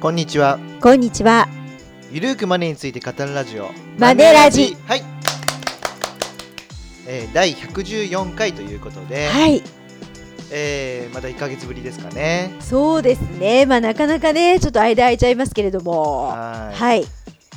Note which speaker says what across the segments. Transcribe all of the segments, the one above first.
Speaker 1: こんにちは。
Speaker 2: こんにちは。
Speaker 1: ゆるーくマネーについて語るラジオ。
Speaker 2: マネラジ。
Speaker 1: はい。えー、第114回ということで、
Speaker 2: はい、
Speaker 1: えー、まだ1ヶ月ぶりですかね。
Speaker 2: そうですね。まあなかなかね、ちょっと間空いちゃいますけれども、は、
Speaker 1: はいい。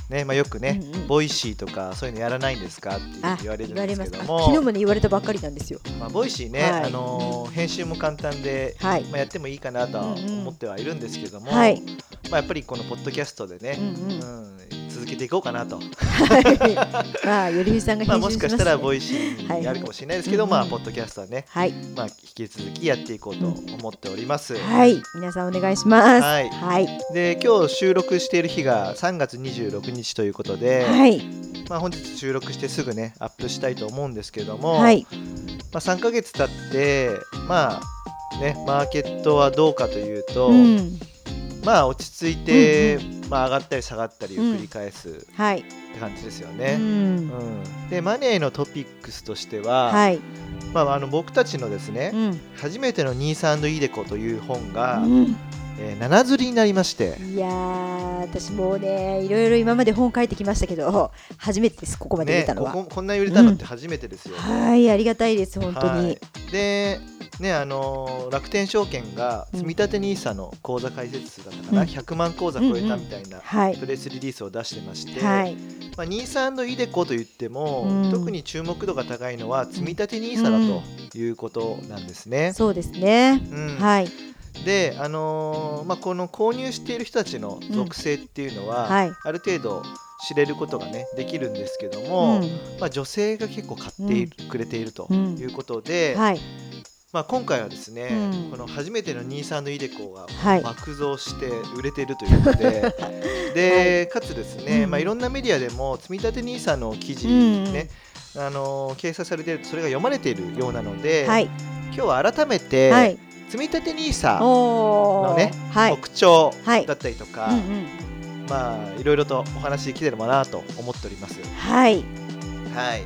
Speaker 1: ね、まあよくね、
Speaker 2: うんうん
Speaker 1: ボイシーとかそういうのやらないんですかって言われるん
Speaker 2: 言わ
Speaker 1: で
Speaker 2: れ
Speaker 1: す
Speaker 2: ま
Speaker 1: け
Speaker 2: すか。
Speaker 1: ど
Speaker 2: 昨日
Speaker 1: も、
Speaker 2: もね言われたばっかりなんですよ。
Speaker 1: まあボイシーね、
Speaker 2: はい
Speaker 1: あのー編集も簡単で、
Speaker 2: はい。
Speaker 1: まあやってもいいかなとは
Speaker 2: うんうん
Speaker 1: 思ってはいるんですけども、
Speaker 2: はい。
Speaker 1: まあやっぱりこのポッドキャストでね
Speaker 2: うん、
Speaker 1: う
Speaker 2: うんん。
Speaker 1: 続けていこうかなと。
Speaker 2: はい。まあよりふさんが
Speaker 1: まあ
Speaker 2: 編
Speaker 1: も
Speaker 2: 集
Speaker 1: し
Speaker 2: し
Speaker 1: か
Speaker 2: ま
Speaker 1: し
Speaker 2: す、
Speaker 1: た
Speaker 2: ね。
Speaker 1: らボイシーにやるかもしれないですけど、
Speaker 2: はいはい
Speaker 1: まあポッドキャストはね、
Speaker 2: はい。
Speaker 1: まあ引き続きやっていこうと思っております。
Speaker 2: はい。皆さんお願いします。
Speaker 1: はい
Speaker 2: はい。
Speaker 1: で今日収録している日が3月26日ということで、
Speaker 2: はい。
Speaker 1: まあ本日収録してすぐねアップしたいと思うんですけども、
Speaker 2: はい。
Speaker 1: まあ3ヶ月経ってまあねマーケットはどうかというと、
Speaker 2: うん。
Speaker 1: まあ落ち着いて、
Speaker 2: う
Speaker 1: まあ上がったり下がったりを繰り返すっ
Speaker 2: はい。
Speaker 1: て感じですよ
Speaker 2: う
Speaker 1: ね。う
Speaker 2: ん。
Speaker 1: ん、でマネーのトピックスとしては、
Speaker 2: はい。
Speaker 1: まああの僕たちのですね、
Speaker 2: うん。
Speaker 1: 初めてのニーサンドイデコという本が、
Speaker 2: うん
Speaker 1: えー七釣りになりまして、
Speaker 2: いやー、私もうね、いろいろ今まで本書いてきましたけど、初めてです。ここまで出
Speaker 1: ね、
Speaker 2: たの
Speaker 1: こ
Speaker 2: は。
Speaker 1: ここんなに売れたのって初めてですよ。
Speaker 2: はい、ありがたいです。本当に。
Speaker 1: はいで、ねあのー楽天証券が積立 NISA の口座開設数だったかな、
Speaker 2: うん
Speaker 1: 100万口座超えたみたいな。
Speaker 2: はい。
Speaker 1: プレスリリースを出してまして、
Speaker 2: はい。
Speaker 1: まあ、NISA& イデコといっても、
Speaker 2: うん
Speaker 1: 特に注目度が高いのは積み立て NISA だということなんですね。
Speaker 2: そうですね。
Speaker 1: うん
Speaker 2: はい。
Speaker 1: で、あのーまあ、この購入している人たちの属性っていうのは、
Speaker 2: はい。
Speaker 1: ある程度知れることがねできるんですけど
Speaker 2: う
Speaker 1: も、
Speaker 2: ん。
Speaker 1: まあ、女性が結構買っているくれていると
Speaker 2: うん
Speaker 1: いうことで、
Speaker 2: はい。
Speaker 1: まあ、今回はですね、
Speaker 2: うん
Speaker 1: この初めてのニーサンのイデコが
Speaker 2: はい。
Speaker 1: 爆増して売れているということで でかつですね、
Speaker 2: うん
Speaker 1: まあ、いろんなメディアでも積み立て NISA の記事
Speaker 2: うん
Speaker 1: ね、あのー掲載されているそれが読まれているようなので、
Speaker 2: はい。
Speaker 1: 今日は改めて、
Speaker 2: はい。
Speaker 1: 積み立て NISA
Speaker 2: お
Speaker 1: の
Speaker 2: お。
Speaker 1: ね
Speaker 2: はい。
Speaker 1: 特徴
Speaker 2: はい
Speaker 1: だったりとか、
Speaker 2: うんうん。
Speaker 1: まあいろいろとお話できてるかなと思っております。
Speaker 2: はい。
Speaker 1: はい。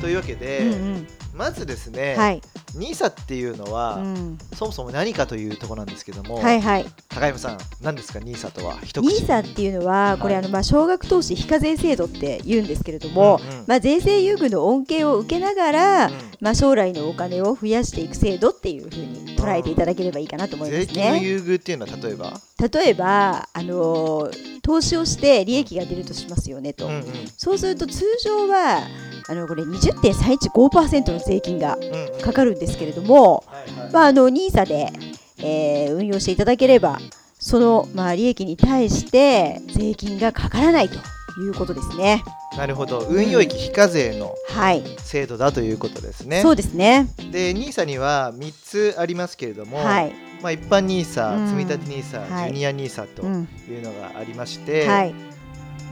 Speaker 1: というわけで、
Speaker 2: うん
Speaker 1: まずです
Speaker 2: う
Speaker 1: ね、
Speaker 2: ん。はい。
Speaker 1: NISA っていうのは、
Speaker 2: うん。
Speaker 1: そもそも何かというところなんですけども、
Speaker 2: はいはい。
Speaker 1: 高山さん、何ですか NISA とは一口に。
Speaker 2: ニーサっていうのは、これ
Speaker 1: は
Speaker 2: あ
Speaker 1: い
Speaker 2: のまあ少額投資非課税制度って言うんですけれども
Speaker 1: うんうん、
Speaker 2: まあ税制優遇の恩恵を受けながら
Speaker 1: うん。
Speaker 2: まあ将来のお金を増やしていく制度っていうふうに捉えていただければいいかなと思いま
Speaker 1: 税
Speaker 2: す
Speaker 1: 金の
Speaker 2: ね。
Speaker 1: 優遇っていうのは例えば、
Speaker 2: 例えばあの投資をして利益が出るとしますよねと、
Speaker 1: うんうん
Speaker 2: そうすると通常はあのこれ20.315%の税金が
Speaker 1: うんうん
Speaker 2: かかるんですけれども、
Speaker 1: はいはい
Speaker 2: まあ、あの NISA で、えー運用していただければその、まあ、利益に対して税金がかからないということですね。
Speaker 1: なるほど、運用益非課税の
Speaker 2: はい、
Speaker 1: 制度だということですね
Speaker 2: そ。うですね。
Speaker 1: で、NISA には三つありますけれども、
Speaker 2: はい、
Speaker 1: まあ一般 NISA、
Speaker 2: うん
Speaker 1: 積み立て NISA、
Speaker 2: はい
Speaker 1: ジュニア NISA と
Speaker 2: うん、
Speaker 1: いうのがありまして、
Speaker 2: はい、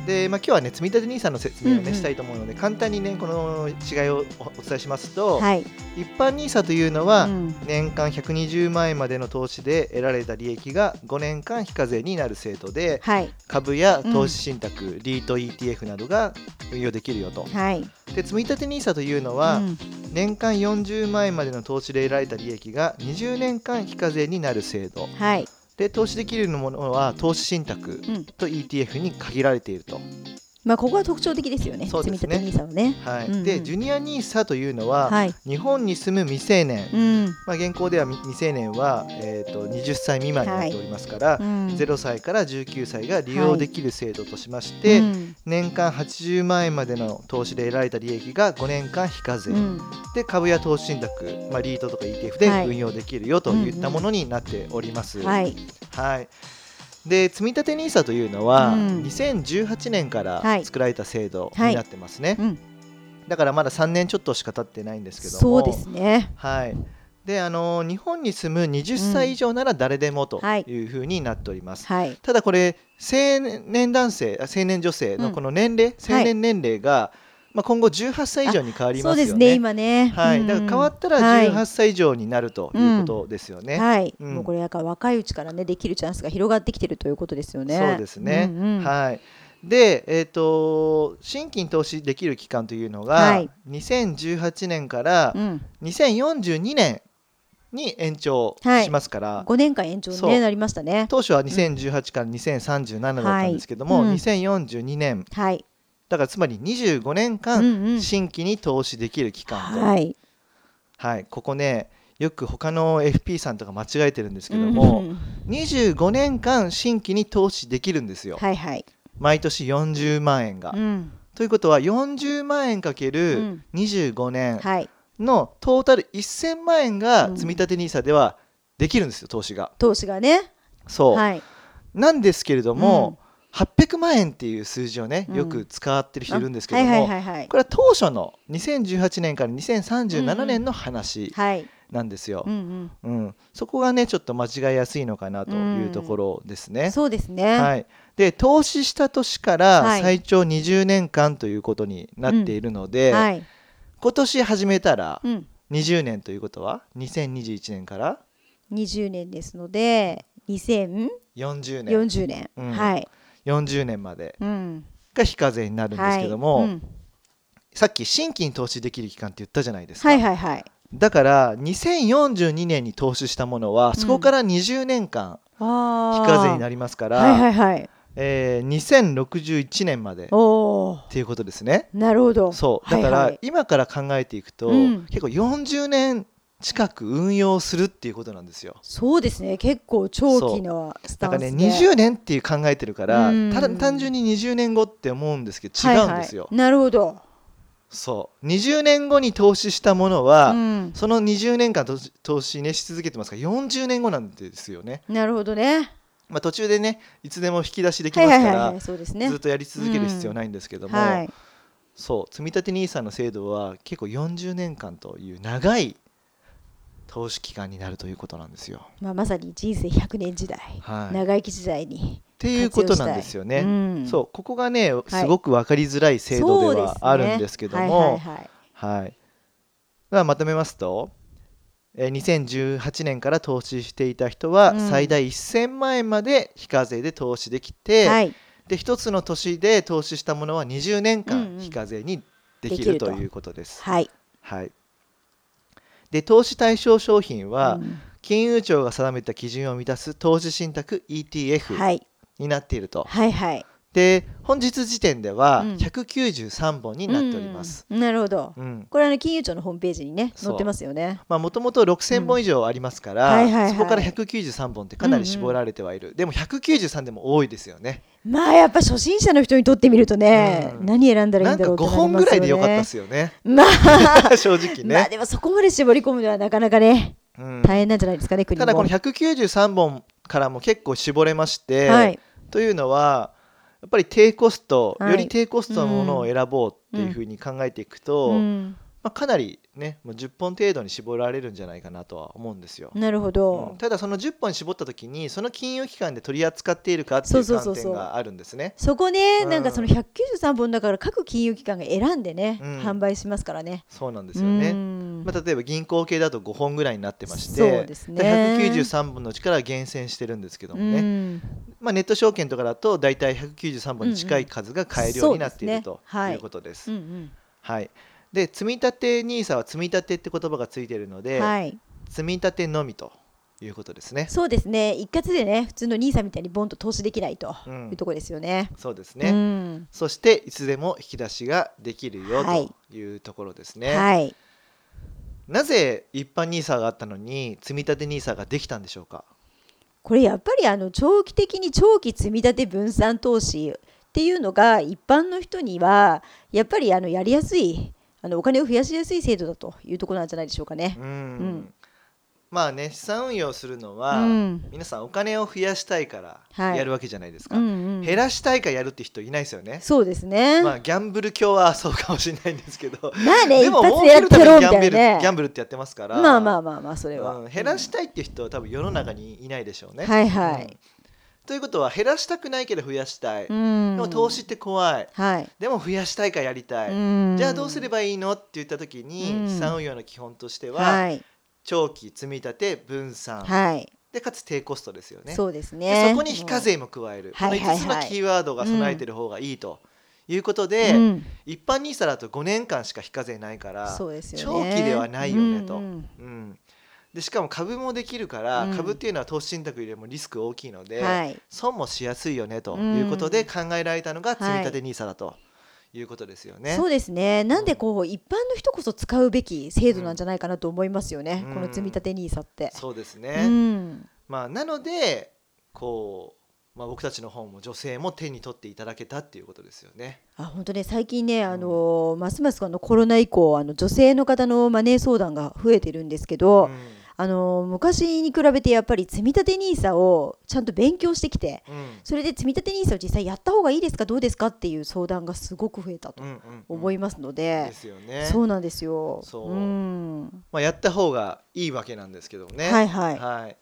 Speaker 1: で、まあ、今日はね積み立て NISA の説明を、ね
Speaker 2: うんうん
Speaker 1: したいと思うので簡単にねこの違いをおお伝えしますと、
Speaker 2: はい、
Speaker 1: 一般 NISA というのは、
Speaker 2: うん
Speaker 1: 年間120万円までの投資で得られた利益が5年間非課税になる制度で
Speaker 2: はい、
Speaker 1: 株や
Speaker 2: うん
Speaker 1: 投資信託、リート ETF などが運用できるよと
Speaker 2: はい、
Speaker 1: で積み立て NISA というのは、
Speaker 2: うん
Speaker 1: 年間40万円までの投資で得られた利益が20年間非課税になる制度
Speaker 2: はい、
Speaker 1: で投資できるものは投資信託
Speaker 2: うん、
Speaker 1: と ETF に限られていると
Speaker 2: まあここは特徴的ですよね。
Speaker 1: そう
Speaker 2: 積
Speaker 1: で
Speaker 2: み
Speaker 1: す
Speaker 2: 立
Speaker 1: ね
Speaker 2: て NISA はね。
Speaker 1: はい
Speaker 2: うんうん
Speaker 1: でジュニア NISA というのは、
Speaker 2: はい、
Speaker 1: 日本に住む未成年、
Speaker 2: うん、
Speaker 1: まあ、現行では未未成年は、えー、と20歳未満になっておりますから、
Speaker 2: うん
Speaker 1: 0歳から19歳が利用できる制度としまして、
Speaker 2: うん
Speaker 1: 年間80万円までの投資で得られた利益が5年間非課税、
Speaker 2: うん
Speaker 1: で株や投資信託、まあ、リートとか ETF で
Speaker 2: はい
Speaker 1: 運用できるよといったものになっております。
Speaker 2: はい、
Speaker 1: はいで積立 NISA というのは、
Speaker 2: うん
Speaker 1: 2018年から
Speaker 2: はい
Speaker 1: 作られた制度
Speaker 2: はい
Speaker 1: になってますね、
Speaker 2: うん
Speaker 1: だからまだ3年ちょっとしか経ってないんですけども
Speaker 2: そうですね。
Speaker 1: はい。で、あの日本に住む20歳以上なら誰でもと
Speaker 2: はい
Speaker 1: いうふうになっております。
Speaker 2: はい、
Speaker 1: ただこれ成年男性、あ成年女性の
Speaker 2: うん
Speaker 1: この年齢、成年年齢が、まあ今後18歳以上に変わり
Speaker 2: そ
Speaker 1: ま
Speaker 2: う
Speaker 1: すよね。
Speaker 2: ですね、今ね。
Speaker 1: はい。だから変わったら18
Speaker 2: は
Speaker 1: 歳以上になるということですよ
Speaker 2: い、
Speaker 1: ね。
Speaker 2: はい
Speaker 1: うん
Speaker 2: もうこれだから若いうちからねできるチャンスが広がってきてるということですよね。
Speaker 1: そうですね。
Speaker 2: うんうん
Speaker 1: はい。で、えー、と新規に投資できる期間というのが、
Speaker 2: はい
Speaker 1: 2018年から
Speaker 2: うん
Speaker 1: 2042年に延長
Speaker 2: はい
Speaker 1: しますから、
Speaker 2: 5年間延長に
Speaker 1: そう
Speaker 2: ねなりましたね。
Speaker 1: 当初は2018から2037だったんですけど
Speaker 2: は
Speaker 1: も、
Speaker 2: いうん
Speaker 1: 2042年
Speaker 2: はい。
Speaker 1: だからつまり25年
Speaker 2: うん
Speaker 1: 間
Speaker 2: うん。
Speaker 1: 新規に投資できる期間と、は
Speaker 2: はいい。
Speaker 1: ここねよく他の FP さんとか間違えてるんですけど
Speaker 2: うん
Speaker 1: も、
Speaker 2: うん
Speaker 1: 25年間新規に投資できるんですよ、
Speaker 2: はいはい。
Speaker 1: 毎年40万円が。
Speaker 2: うん。
Speaker 1: ということは40万円かけ
Speaker 2: う
Speaker 1: る
Speaker 2: ん
Speaker 1: 25年
Speaker 2: はい。
Speaker 1: のトータル1000万円が
Speaker 2: うん
Speaker 1: 積立 NISA ではできるんですよ投資が。
Speaker 2: 投資がね。
Speaker 1: そう、
Speaker 2: はい。
Speaker 1: なんですけれども、800万円っていう数字をね
Speaker 2: うん
Speaker 1: よく使ってる人いるんですけ
Speaker 2: は
Speaker 1: ど
Speaker 2: い
Speaker 1: も、
Speaker 2: はいはいはい
Speaker 1: こ。れは当初の2018年から2037年の話
Speaker 2: はい。
Speaker 1: なんですよ。う
Speaker 2: うんん
Speaker 1: そこがねちょっと間違いやすいのかなというところです
Speaker 2: うん。
Speaker 1: ね。
Speaker 2: そうですね。
Speaker 1: はい、で投資した年か
Speaker 2: は
Speaker 1: ら
Speaker 2: い
Speaker 1: 最長20年間ということになっているので、
Speaker 2: はい。
Speaker 1: 今年始めたら
Speaker 2: うん。
Speaker 1: 20年ということは2021年から
Speaker 2: 20年ですので、2040
Speaker 1: 40年
Speaker 2: 年。
Speaker 1: うん
Speaker 2: はい。
Speaker 1: 40年まで
Speaker 2: うん。
Speaker 1: が非課税になるんですけども、
Speaker 2: はいうん
Speaker 1: さっき新規に投資できる期間って言ったじゃないですか、
Speaker 2: はいはいはい。
Speaker 1: だから2042年に投資したものはそこから20年間非
Speaker 2: 非
Speaker 1: 課税にな
Speaker 2: る
Speaker 1: りますから、
Speaker 2: はいはいはい。
Speaker 1: えー2061年までっ
Speaker 2: おー
Speaker 1: ていうことですね
Speaker 2: なるほど。
Speaker 1: そうだか
Speaker 2: はいは
Speaker 1: ら
Speaker 2: い
Speaker 1: 今から考えていくと、
Speaker 2: うん
Speaker 1: 結構40年近く運用するっていうことなんですよ
Speaker 2: そうですね。結構長期のス
Speaker 1: だ
Speaker 2: タ
Speaker 1: か
Speaker 2: ンス
Speaker 1: ら
Speaker 2: で。
Speaker 1: ね20年っていう考えてるから
Speaker 2: うん
Speaker 1: ただ単純に20年後って思うんですけど違うんですよ、
Speaker 2: はいはいなるほど。
Speaker 1: そう20年後に投資したものは、
Speaker 2: うん
Speaker 1: その20年間投資投資ねし続けてますから40年後なんですよね、
Speaker 2: なるほどね。
Speaker 1: まあ、途中でねいつでも引き出しでき
Speaker 2: は
Speaker 1: ま
Speaker 2: い
Speaker 1: すか
Speaker 2: はい
Speaker 1: ら、
Speaker 2: はいはい。そうですね
Speaker 1: ずっ。とやり続ける必要ないんですけども、
Speaker 2: はい。
Speaker 1: そう積立 NISA の制度は結構40年間という長い投資期間になるということなんですよ。
Speaker 2: まあまさに人生100年時代、
Speaker 1: はい、っ
Speaker 2: 長生き時代に
Speaker 1: て
Speaker 2: 活
Speaker 1: い
Speaker 2: 用
Speaker 1: う
Speaker 2: した
Speaker 1: こ
Speaker 2: い。
Speaker 1: となんですよね。
Speaker 2: うん
Speaker 1: そうここがねすごく分かりづらい制度ではあるんですけど
Speaker 2: そう
Speaker 1: も
Speaker 2: ですねはいはいはい
Speaker 1: はい。ではまとめますと、えー2018年から投資していた人は
Speaker 2: うん
Speaker 1: 最大1000万円まで非課税で投資できて、
Speaker 2: はい
Speaker 1: で一つの年で投資したものは20年
Speaker 2: うんう
Speaker 1: 間
Speaker 2: ん
Speaker 1: 非課税にできる,、
Speaker 2: できると
Speaker 1: ということです。
Speaker 2: はい
Speaker 1: はい。で投資対象商品は、
Speaker 2: うん
Speaker 1: 金融庁が定めた基準を満たす投資信託 ETF
Speaker 2: はい
Speaker 1: になっていると。
Speaker 2: はいはい
Speaker 1: で本日時点では
Speaker 2: うん
Speaker 1: 193本になっております。
Speaker 2: うんなるほど
Speaker 1: うん
Speaker 2: これはね金融庁のホームページにね
Speaker 1: そう
Speaker 2: 載ってますよね
Speaker 1: まあもともと6,000本以上ありますから、
Speaker 2: うんはいはいはい
Speaker 1: そこから193本ってかなり絞られてはいる、でも193でも多いですよね
Speaker 2: まあやっぱ初心者の人にとってみるとね、
Speaker 1: うん
Speaker 2: 何選んだら
Speaker 1: な
Speaker 2: いい
Speaker 1: んん
Speaker 2: だ
Speaker 1: か
Speaker 2: ろうって
Speaker 1: 5
Speaker 2: なり
Speaker 1: 本
Speaker 2: ま
Speaker 1: ぐら
Speaker 2: す
Speaker 1: い
Speaker 2: よ
Speaker 1: で
Speaker 2: ね
Speaker 1: よかったですよ ね
Speaker 2: まあ、
Speaker 1: 正直
Speaker 2: まあ
Speaker 1: ね、
Speaker 2: でもそこまで絞り込むのはなかなかね
Speaker 1: うん
Speaker 2: 大変なんじゃないですかね国
Speaker 1: た
Speaker 2: も
Speaker 1: だこの193本からも結構絞れまして、
Speaker 2: はい
Speaker 1: というのはやっぱり低コスト、
Speaker 2: はい
Speaker 1: より低コストのものを選ぼうっていうふうに考えていくと、
Speaker 2: うん、
Speaker 1: まあ、かなりねもう10本程度に絞られるんじゃないかなとは思うんですよ。
Speaker 2: なるほ
Speaker 1: うん
Speaker 2: ど、
Speaker 1: ただその10本絞った時にその金融機関で取り扱っているかってい
Speaker 2: そう
Speaker 1: う
Speaker 2: そうそ
Speaker 1: 観
Speaker 2: うそう
Speaker 1: 点があるんですね。
Speaker 2: そこね、
Speaker 1: うん
Speaker 2: なんかその193本だから各金融機関が選んでね、
Speaker 1: うん
Speaker 2: 販売しますからね。
Speaker 1: そうなんですよね。
Speaker 2: ん
Speaker 1: まあ、例えば銀行系だと5本ぐらいになってまして
Speaker 2: そうですね
Speaker 1: 193本のうちから厳選してるんですけどもね、
Speaker 2: うん
Speaker 1: まあ、ネット証券とかだと大体193本に近い数が買えるようになってい
Speaker 2: うんう
Speaker 1: る
Speaker 2: んそ
Speaker 1: と
Speaker 2: うですねはい
Speaker 1: いうことです。
Speaker 2: うんうん
Speaker 1: はい、で積立 NISA は積立って言葉がついているので、
Speaker 2: はい、
Speaker 1: 積立のみということですね。
Speaker 2: そうですね一括でね普通の兄さんみたいにボンと投資できないと
Speaker 1: うん
Speaker 2: いうところですよね。
Speaker 1: そうです
Speaker 2: う
Speaker 1: ね、
Speaker 2: ん
Speaker 1: そしていつでも引き出しができるよ
Speaker 2: はい
Speaker 1: というところですね。
Speaker 2: はい、
Speaker 1: なぜ一般 NISA があったのに積立 NISA ができたんでしょうか、
Speaker 2: これやっぱりあの長期的に長期積み立て分散投資っていうのが一般の人にはやっぱりあのやりやすいあのお金を増やしやすい制度だというところなんじゃないでしょうかね
Speaker 1: う。ん
Speaker 2: ん
Speaker 1: まあね資産運用するの
Speaker 2: う
Speaker 1: は、
Speaker 2: ん
Speaker 1: 皆さんお金を増やしたいから
Speaker 2: はい
Speaker 1: やるわけじゃないですか、
Speaker 2: うんうん
Speaker 1: 減らしたいからやるって人いないですよね、
Speaker 2: そうですね。
Speaker 1: まあギャンブル教はそうかもしれないんですけど、
Speaker 2: まあね、
Speaker 1: で
Speaker 2: 一
Speaker 1: も
Speaker 2: 発
Speaker 1: 儲
Speaker 2: でや
Speaker 1: け
Speaker 2: っ
Speaker 1: るた
Speaker 2: て
Speaker 1: めにギャ
Speaker 2: ろみ
Speaker 1: ン
Speaker 2: た
Speaker 1: ブ
Speaker 2: い
Speaker 1: ル、ギャ
Speaker 2: な
Speaker 1: ン
Speaker 2: ね。
Speaker 1: ブルってやってますから
Speaker 2: まあまあまあまあ、それは。
Speaker 1: うん減らしたいっていう人は多分世の中にいないでしょうね、
Speaker 2: はいは
Speaker 1: う
Speaker 2: い
Speaker 1: んということは減らしたくないけど増やしたい、
Speaker 2: う
Speaker 1: で
Speaker 2: ん。
Speaker 1: も投資って怖い
Speaker 2: はい。
Speaker 1: でも増やしたいからやりたい、じゃあどうすればいいのって言った時に、
Speaker 2: うん
Speaker 1: 資産運用の基本としては、
Speaker 2: はい。
Speaker 1: 長期積み立て分散、
Speaker 2: はい。
Speaker 1: でかつ低コストですよね
Speaker 2: そうです
Speaker 1: で
Speaker 2: ね。
Speaker 1: そこに非課税も加える、
Speaker 2: はい
Speaker 1: この5つ
Speaker 2: はい
Speaker 1: の
Speaker 2: はい
Speaker 1: キーワードが備えてる方がいいということで、
Speaker 2: うん
Speaker 1: 一般 NISA だと5年間しか非課税ないから、
Speaker 2: そうですよね。
Speaker 1: 長期ではないよねと
Speaker 2: うんうん
Speaker 1: うんでしかも株もできるから、
Speaker 2: うん
Speaker 1: 株っていうのは投資信託よりもリスク大きいので、
Speaker 2: はい、
Speaker 1: 損もしやすいよねということで考えられたのが
Speaker 2: い
Speaker 1: 積み立て NISA だということですよね。
Speaker 2: そうですねなんでこう一般の人こそ使うべき制度なんじゃないかなと思いますよね、
Speaker 1: うん
Speaker 2: この積み立て NISA って。
Speaker 1: そうです
Speaker 2: う
Speaker 1: ね、
Speaker 2: ん
Speaker 1: まあ、なのでこう、まあ、僕たちの方も女性も手に取っていただけたっていうことですよね。
Speaker 2: あ本当ね最近ね、あのますますこのコロナ以降あの女性の方のマネー相談が増えてるんですけ
Speaker 1: う
Speaker 2: ど、
Speaker 1: ん
Speaker 2: あの昔に比べてやっぱり積み立て NISA をちゃんと勉強してきて
Speaker 1: うん
Speaker 2: それで積み立て NISA を実際やった方がいいですかどうですかっていう相談がすごく増えたと
Speaker 1: うんうんうん
Speaker 2: 思いますので
Speaker 1: で、すよね。
Speaker 2: そうなんですよ。
Speaker 1: そう
Speaker 2: うん
Speaker 1: まあ、やった方がいいわけなんですけどもね。
Speaker 2: はいはい
Speaker 1: はい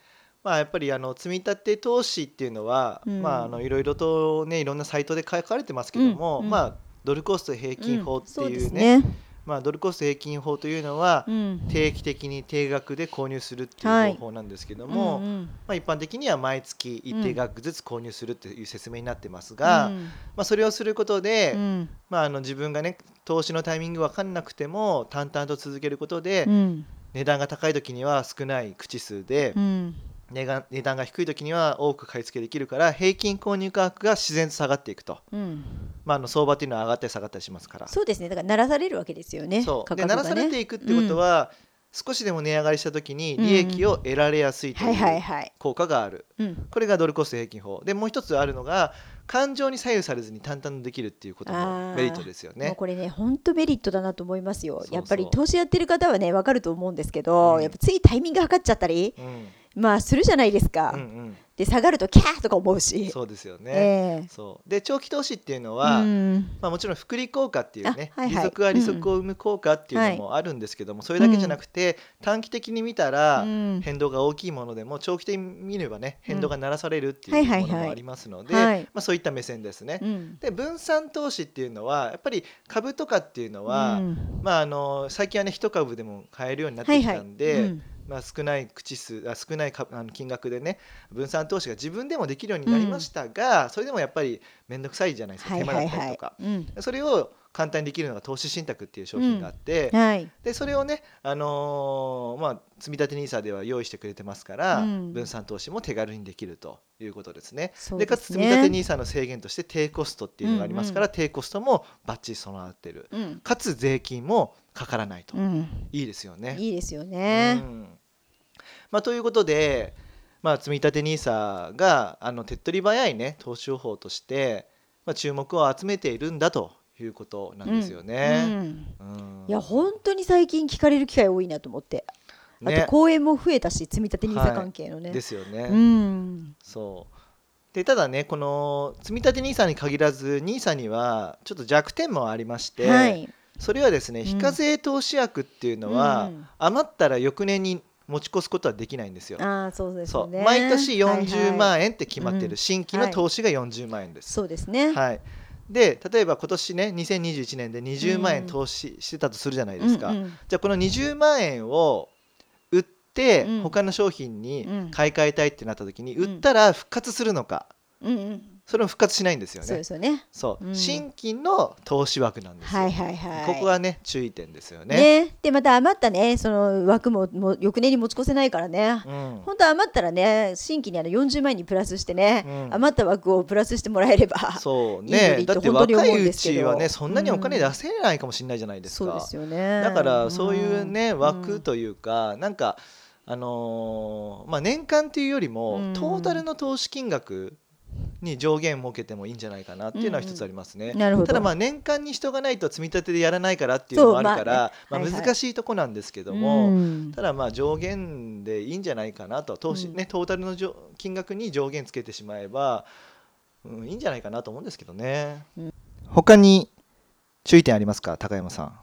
Speaker 1: まあ、やっぱりあの積み立て投資っていうのは、
Speaker 2: うん
Speaker 1: まあ、あのいろいろとねいろんなサイトで書かれてますけども、
Speaker 2: うんうん
Speaker 1: まあ、ドルコスト平均法って
Speaker 2: そうで
Speaker 1: い
Speaker 2: す
Speaker 1: うね,、まあ、ドルコスト平均法というのは、
Speaker 2: うん
Speaker 1: 定期的に定額で購入するって
Speaker 2: は
Speaker 1: いう
Speaker 2: い
Speaker 1: 方法なんですけども、
Speaker 2: うんうん
Speaker 1: まあ、一般的には毎月一定額ずつ購入するっていう説明になってますが、
Speaker 2: うん
Speaker 1: まあ、それをすることで、
Speaker 2: うん
Speaker 1: まあ、あの自分がね投資のタイミング分かんなくても淡々と続けることで、
Speaker 2: うん
Speaker 1: 値段が高い時には少ない口数で、
Speaker 2: うん
Speaker 1: 値が値段が低い時には多く買い付けできるから平均購入価格が自然と下がっていくと、
Speaker 2: うん
Speaker 1: まあ、あの相場っていうのは上がったり下がったりしますから
Speaker 2: そうですねだから鳴らされるわけですよね
Speaker 1: そう
Speaker 2: 価
Speaker 1: で
Speaker 2: 格
Speaker 1: 鳴
Speaker 2: が
Speaker 1: ら
Speaker 2: ね
Speaker 1: されていくってことは、少しでも値上がりした時に利益を得られやすいと
Speaker 2: はいいはいうはい、
Speaker 1: 効果がある、
Speaker 2: うん、
Speaker 1: これがドルコスト平均法でもう一つあるのが感情に左右されずに淡々とできるっていうこと
Speaker 2: あ
Speaker 1: も
Speaker 2: ー
Speaker 1: メリットですよ
Speaker 2: もう
Speaker 1: ね。
Speaker 2: これね本当メリットだなと思いますよ
Speaker 1: そうそう
Speaker 2: やっぱり投資やってる方はねわかると思うんですけど、
Speaker 1: うん
Speaker 2: やっぱついタイミング測っちゃったり
Speaker 1: うん
Speaker 2: まあするじゃないですか、
Speaker 1: うん
Speaker 2: で下がるとキャーとか思う
Speaker 1: う
Speaker 2: し
Speaker 1: ん、そうですよね、
Speaker 2: ええ
Speaker 1: そうで長期投資っていうのは、
Speaker 2: うん
Speaker 1: まあ、もちろん福利効果っていうね、
Speaker 2: あはいはい
Speaker 1: 利息は利息を生む効果っていうのもあるんですけども、それだけじゃなくて、短期的に見たら
Speaker 2: うん
Speaker 1: 変動が大きいものでも長期的に見ればね変動が鳴らされるって
Speaker 2: はいいは
Speaker 1: うも
Speaker 2: いはい
Speaker 1: のもありますので、
Speaker 2: はい
Speaker 1: まあ、そういった目線ですね。
Speaker 2: うん
Speaker 1: で分散投資っていうのはやっぱり株とかっていうのは、
Speaker 2: うん
Speaker 1: まあ、あの最近はね一株でも買えるようになってきたんで、
Speaker 2: はいはいうん
Speaker 1: まあ、少ない口数あ少ないかあの金額でね分散投資が自分でもできるようになりましたが、それでもやっぱり面倒くさいじゃないですか、
Speaker 2: はい
Speaker 1: 手
Speaker 2: は
Speaker 1: 間だ
Speaker 2: い
Speaker 1: ったり
Speaker 2: は
Speaker 1: と
Speaker 2: い
Speaker 1: か。
Speaker 2: うん
Speaker 1: それを簡単にできるのが投資信託っていう商品があって、
Speaker 2: はい
Speaker 1: でそれをね、あのーまあ、積立 NISA では用意してくれてますから、
Speaker 2: うん
Speaker 1: 分散投資も手軽にできるということですね。
Speaker 2: そう
Speaker 1: で
Speaker 2: で
Speaker 1: かつ
Speaker 2: す
Speaker 1: 積
Speaker 2: ね
Speaker 1: 立 NISA の制限として低コストっていうのがありますから、
Speaker 2: う
Speaker 1: 低コストもバッチリ備わってる
Speaker 2: うん
Speaker 1: かつ税金もかからないと、
Speaker 2: うん
Speaker 1: いいですよね。
Speaker 2: いいですよ
Speaker 1: う
Speaker 2: ね
Speaker 1: んまあ、ということで、まあ、積立 NISA があの手っ取り早い、ね、投資方法として、まあ、注目を集めているんだということなんですよ
Speaker 2: う
Speaker 1: ね。
Speaker 2: ん
Speaker 1: うん
Speaker 2: いや本当に最近聞かれる機会多いなと思ってあ
Speaker 1: ね
Speaker 2: と講演も増えたし積み立て NISA
Speaker 1: はい
Speaker 2: 関係のね
Speaker 1: ですよね。
Speaker 2: うん
Speaker 1: そうでただねこの積立 NISA に限らず NISA にはちょっと弱点もありまして、
Speaker 2: はい
Speaker 1: それはですね
Speaker 2: うん
Speaker 1: 非課税投資枠っていうのは、
Speaker 2: うん
Speaker 1: 余ったら翌年に持ち越すことはできないんですよ。
Speaker 2: ああそうです
Speaker 1: そ
Speaker 2: よ
Speaker 1: う
Speaker 2: ね
Speaker 1: 毎年
Speaker 2: はいは
Speaker 1: 40
Speaker 2: い
Speaker 1: 万円って決まってる、
Speaker 2: うん
Speaker 1: 新規の投資が40万円です。
Speaker 2: そうですね
Speaker 1: はいで例えば今年ね2021年で20万円
Speaker 2: うん
Speaker 1: 投資してたとするじゃないですか、
Speaker 2: うんうん
Speaker 1: じゃあこの20万円を売って
Speaker 2: うん
Speaker 1: 他の商品に買い替えたいってなった時に
Speaker 2: うん
Speaker 1: 売ったら復活するのか
Speaker 2: うんうん
Speaker 1: それも復活しないんですよ
Speaker 2: そう
Speaker 1: ね
Speaker 2: で。すよね
Speaker 1: そう
Speaker 2: うん
Speaker 1: 新規の投資枠なんですよ、
Speaker 2: はいはいはい
Speaker 1: ここがね注意点ですよね。
Speaker 2: ねでまた余ったねその枠ももう翌年に持ち越せないからね
Speaker 1: うん
Speaker 2: 本当余ったらね新規にあの40万円にプラスしてね、
Speaker 1: うん
Speaker 2: 余った枠をプラスしてもらえれば
Speaker 1: そう
Speaker 2: いいよ
Speaker 1: ね
Speaker 2: りと
Speaker 1: だって
Speaker 2: 本当に
Speaker 1: 若
Speaker 2: 思うん
Speaker 1: い
Speaker 2: で
Speaker 1: う
Speaker 2: すけど
Speaker 1: ちはねそんなにお金出せないかもしれないじゃないですか。
Speaker 2: そうですよね
Speaker 1: だからそういうね、
Speaker 2: うん
Speaker 1: 枠というか、なんかあのーまあ年間というよりも、
Speaker 2: うん
Speaker 1: トータルの投資金額に上限設けてもいいんじゃないかなっていうのは一つありますね。
Speaker 2: なるほど
Speaker 1: ただま
Speaker 2: あ
Speaker 1: あ年間に人がないと積み立てでやらないからっていうのもあるから、
Speaker 2: そうま
Speaker 1: まあ
Speaker 2: あねはいはい
Speaker 1: 難しいとこなんですけども、ただまあ上限でいいんじゃないかなと投資、
Speaker 2: うん
Speaker 1: ねトータルの上金額に上限つけてしまえば、うん、いいんじゃないかなと思うんですけどね。
Speaker 2: うん
Speaker 1: 他に注意点ありますか高山さん。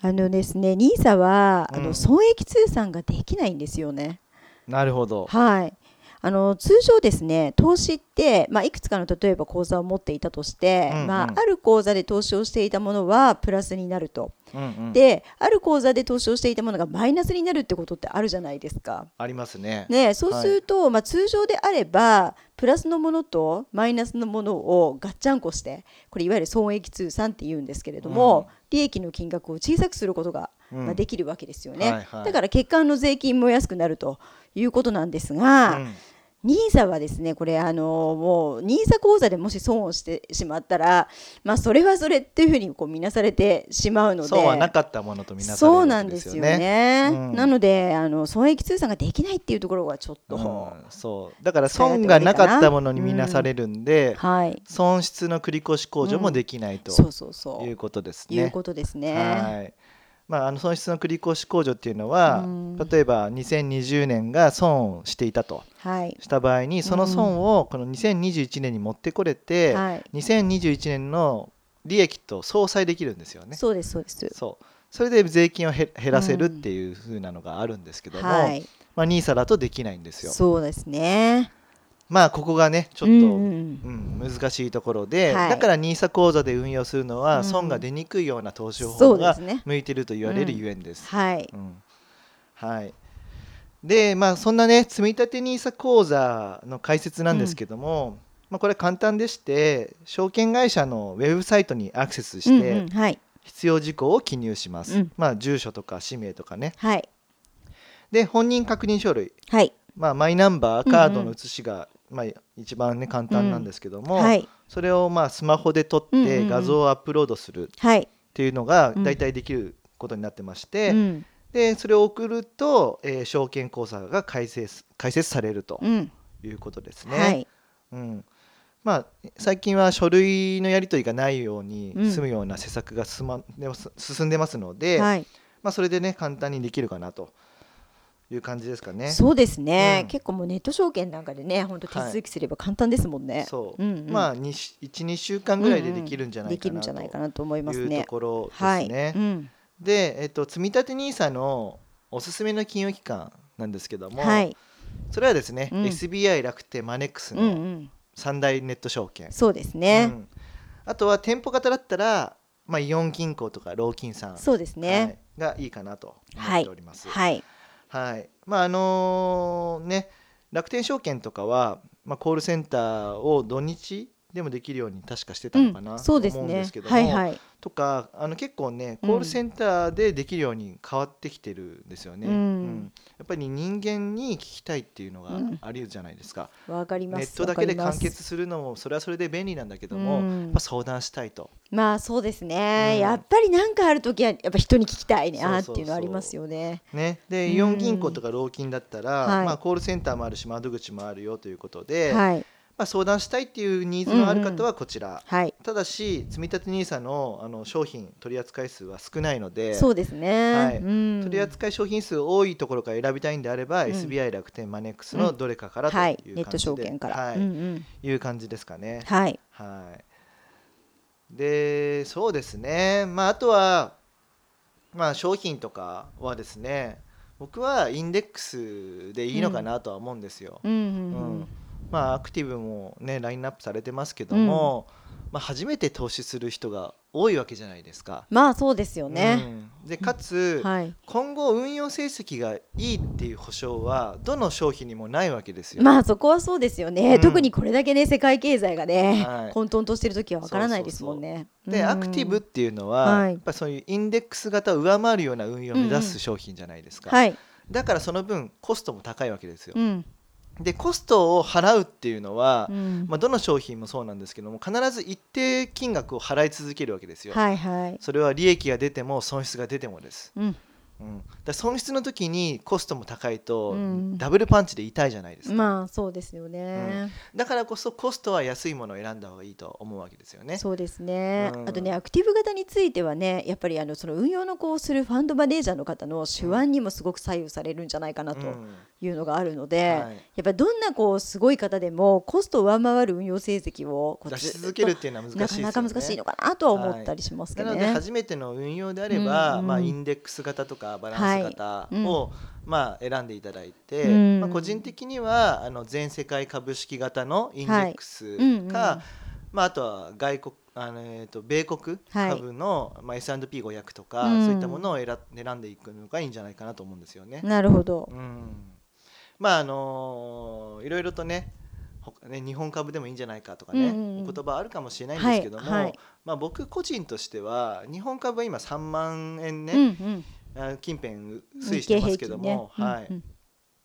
Speaker 2: あのですね NISA は、あ
Speaker 1: うん
Speaker 2: の損益通算ができないんですよね
Speaker 1: なるほど。
Speaker 2: はいあの通常ですね投資って、まあ、いくつかの例えば口座を持っていたとして、
Speaker 1: うんうん
Speaker 2: まあ、ある口座で投資をしていたものはプラスになると
Speaker 1: うんうん、
Speaker 2: である口座で投資をしていたものがマイナスになるってことってあるじゃないですか。
Speaker 1: ありますね。
Speaker 2: ねえ、そうすると、まあ、通常であればプラスのものとマイナスのものをガッチャンコしてこれいわゆる損益通算って言うんですけれども、利益の金額を小さくすることが
Speaker 1: うん
Speaker 2: まあ、できるわけですよね、
Speaker 1: はいはい
Speaker 2: だから欠陥の税金も安くなるということなんですが、
Speaker 1: うん
Speaker 2: ニーサはですねこれあのもうニーサ口座でもし損をしてしまったら、まあ、それはそれっていうふうにこう見なされてしまうので
Speaker 1: そうはなかったものとみなされる
Speaker 2: そうなん
Speaker 1: わけ
Speaker 2: で
Speaker 1: ですす
Speaker 2: よ
Speaker 1: よ
Speaker 2: ね。
Speaker 1: ね。うん
Speaker 2: なのであの損益通算ができないっていうところがちょっと、
Speaker 1: うんそうだから損がなかったものに見なされるんで、
Speaker 2: はい
Speaker 1: 損失の繰越控除もできないと
Speaker 2: そうそうそう
Speaker 1: いうことです
Speaker 2: いう
Speaker 1: ね。
Speaker 2: ことですね。
Speaker 1: はいまあ、あの損失の繰越控除っていうのは、
Speaker 2: うん
Speaker 1: 例えば2020年が損をしていたと
Speaker 2: はい
Speaker 1: した場合にその損をこの2021年に持ってこれて、
Speaker 2: はい
Speaker 1: 2021年の利益と相殺できるんですよね。
Speaker 2: そうですそうです。
Speaker 1: そうそれで税金をへ減らせるっていう風なのがあるんですけども、
Speaker 2: はい
Speaker 1: まあ、NISA だとできないんですよ。
Speaker 2: そうですね。
Speaker 1: まあここがねちょっと、
Speaker 2: う
Speaker 1: う
Speaker 2: ん
Speaker 1: ん
Speaker 2: うん
Speaker 1: 難しいところで、
Speaker 2: はい
Speaker 1: だから NISA 口座で運用するの
Speaker 2: う
Speaker 1: は
Speaker 2: ん
Speaker 1: 損が出にくいような投資方
Speaker 2: そ
Speaker 1: 法
Speaker 2: うで
Speaker 1: が
Speaker 2: すね
Speaker 1: 向いてると言われるゆえんです。
Speaker 2: はい
Speaker 1: うんはいでまあそんなね積み立て NISA 口座の解説なんですけども、まあ、これ簡単でして証券会社のウェブサイトにアクセスして、
Speaker 2: うんうんはい
Speaker 1: 必要事項を記入します、
Speaker 2: うん
Speaker 1: まあ住所とか氏名とかね
Speaker 2: はい
Speaker 1: で本人確認書類、
Speaker 2: はい
Speaker 1: まあ、マイナンバーカードの写しが、まあ、一番ね簡単なんですけども、
Speaker 2: はい
Speaker 1: それをまあスマホで撮っ
Speaker 2: うんうんう
Speaker 1: て
Speaker 2: ん
Speaker 1: 画像をアップロードするっ
Speaker 2: はい。
Speaker 1: ていうのが
Speaker 2: うん
Speaker 1: 大体できることになってまして、
Speaker 2: うん
Speaker 1: でそれを送ると、えー証券口座が開設開設されると
Speaker 2: うん
Speaker 1: いうことですね。
Speaker 2: はい
Speaker 1: うんまあ、最近は書類のやり取りがないように
Speaker 2: うん
Speaker 1: 済むような施策が進,、までも進んでますので、
Speaker 2: はい
Speaker 1: まあ、それでね簡単にできるかなという感じですかね。
Speaker 2: そうですね、
Speaker 1: うん
Speaker 2: 結構もうネット証券なんかでね本当手
Speaker 1: はい
Speaker 2: 続きすれば簡単ですもんね、
Speaker 1: そう、
Speaker 2: んん
Speaker 1: まあ12週間ぐらいでできるんじゃないか
Speaker 2: うんうんできるん
Speaker 1: な
Speaker 2: じゃないか
Speaker 1: と
Speaker 2: なと思います
Speaker 1: いうと
Speaker 2: ね
Speaker 1: ころですね。
Speaker 2: はい、うん、
Speaker 1: で、えっと、積み立て NISA のおすすめの金融機関なんですけども、
Speaker 2: はい、
Speaker 1: それはですね、
Speaker 2: うん
Speaker 1: SBI 楽天マネックス
Speaker 2: うんう
Speaker 1: の
Speaker 2: ん、
Speaker 1: 三大ネット証券、
Speaker 2: そうです
Speaker 1: う
Speaker 2: ね、
Speaker 1: んあとは店舗型だったら、まあ、イオン銀行とかローキンさん、
Speaker 2: そうですね、
Speaker 1: はいがいいかなと思
Speaker 2: は
Speaker 1: っ
Speaker 2: い
Speaker 1: ております。はい
Speaker 2: はい、
Speaker 1: まああのね楽天証券とかは、まあ、コールセンターを土日でもできるように確かしてたのかな、
Speaker 2: うん、
Speaker 1: と
Speaker 2: そ
Speaker 1: 思
Speaker 2: うです
Speaker 1: うんで
Speaker 2: ね
Speaker 1: すけども、
Speaker 2: はいはい、
Speaker 1: とかあの結構ね
Speaker 2: うん
Speaker 1: コールセンターでできるように変わってきてるんですよね、
Speaker 2: うん
Speaker 1: やっぱり人間に聞きたいっていうのが
Speaker 2: うん
Speaker 1: あるじゃないですか、
Speaker 2: わかります
Speaker 1: ネットだけで
Speaker 2: わかり
Speaker 1: 完
Speaker 2: ます
Speaker 1: 結するのもそれはそれで便利なんだけど
Speaker 2: う
Speaker 1: も、
Speaker 2: ん
Speaker 1: やっぱ相談したいと
Speaker 2: まあそうですね、
Speaker 1: うん
Speaker 2: やっぱりなんかある時はやっぱ人に聞きたいなっ
Speaker 1: そ
Speaker 2: て
Speaker 1: うそうそう
Speaker 2: いうのはありますよね
Speaker 1: ねで
Speaker 2: うん
Speaker 1: イオン銀行とか老金だったら、
Speaker 2: はい
Speaker 1: まあ、コールセンターもあるし窓口もあるよということで、
Speaker 2: はい
Speaker 1: まあ、相談したいっていうニーズのある方はこちら、
Speaker 2: はい、
Speaker 1: ただし積立 NISA のあの商品取扱数は少ないので
Speaker 2: そうですね、
Speaker 1: はい
Speaker 2: うん、
Speaker 1: 取扱商品数多いところから選びたいんであれば、
Speaker 2: うん
Speaker 1: SBI 楽天マネックスのどれかからという
Speaker 2: は
Speaker 1: 感
Speaker 2: い
Speaker 1: じで、
Speaker 2: ネット証券から、
Speaker 1: はい
Speaker 2: うんうん、
Speaker 1: いう感じですかね。
Speaker 2: はい
Speaker 1: はい、でそうですね、まあ、あとは、まあ、商品とかはですね僕はインデックスでいいのかなとは思うんですよ。
Speaker 2: うんうんうん
Speaker 1: うんまあ、アクティブも、ね、ラインナップされてますけども、まあ、初めて投資する人が多いわけじゃないですか。
Speaker 2: まあそうですよね、
Speaker 1: うんでかつ、
Speaker 2: はい
Speaker 1: 今後運用成績がいいっていう保証はどの商品にもないわけですよ。
Speaker 2: まあそこはそうですよね、
Speaker 1: うん
Speaker 2: 特にこれだけね世界経済がね、
Speaker 1: はい
Speaker 2: 混沌としてる時はわからないですもんね。
Speaker 1: で
Speaker 2: うん
Speaker 1: アクティブっていうのは、
Speaker 2: はい
Speaker 1: やっぱそういうインデックス型を上回るような運用を目指す商品じゃないですか、
Speaker 2: はい、
Speaker 1: だからその分コストも高いわけですよ
Speaker 2: う。ん
Speaker 1: でコストを払うっていうのは、
Speaker 2: うん
Speaker 1: まあ、どの商品もそうなんですけども必ず一定金額を払い続けるわけですよ。
Speaker 2: はいはい、
Speaker 1: それは利益が出ても損失が出てもです。
Speaker 2: うん、
Speaker 1: うん、だから損失の時にコストも高いと、
Speaker 2: うん
Speaker 1: ダブルパンチで痛いじゃないですか。
Speaker 2: まあそうですよね、
Speaker 1: だからこそコストは安いものを選んだ方がいいと思うわけですよね。
Speaker 2: そうですね、
Speaker 1: うん
Speaker 2: あとねアクティブ型についてはねやっぱりあのその運用のこうするファンドマネージャーの方の手腕にもすごく左右されるんじゃないかなと
Speaker 1: うん
Speaker 2: いうのがあるので、
Speaker 1: はい
Speaker 2: やっぱりどんなこうすごい方でもコストを上回る運用成績をこう
Speaker 1: 出し
Speaker 2: ずっ
Speaker 1: 続
Speaker 2: と
Speaker 1: けるっていうのは難しいで
Speaker 2: な
Speaker 1: す
Speaker 2: か
Speaker 1: よね。
Speaker 2: なか難しいのかなとは思ったりしますけ
Speaker 1: な
Speaker 2: ど
Speaker 1: の
Speaker 2: ね。
Speaker 1: で初めての運用であれば、
Speaker 2: うんうん
Speaker 1: まあ、インデックス型とかバランス型
Speaker 2: はいうん
Speaker 1: を、まあ、選んでいただいて、
Speaker 2: うん
Speaker 1: まあ、個人的にはあの全世界株式型のインデックスか、
Speaker 2: はいうんうん
Speaker 1: まあ、あとは外国あの、えー、と米国
Speaker 2: はい
Speaker 1: 株の、まあ、S&P500 とか、
Speaker 2: うん
Speaker 1: そういったものを選選んでいくのがいいんじゃないかなと思うんですよね。
Speaker 2: なるほど。
Speaker 1: うんまああのーいろいろとねほね日本株でもいいんじゃないかとかね、
Speaker 2: うんうんうん
Speaker 1: お言葉あるかもしれないんですけども、
Speaker 2: はいはい
Speaker 1: まあ、僕個人としては日本株は今3万円ね、
Speaker 2: うんうん
Speaker 1: あ近辺推移してますけども、
Speaker 2: 日経平均ね
Speaker 1: はい
Speaker 2: うんうん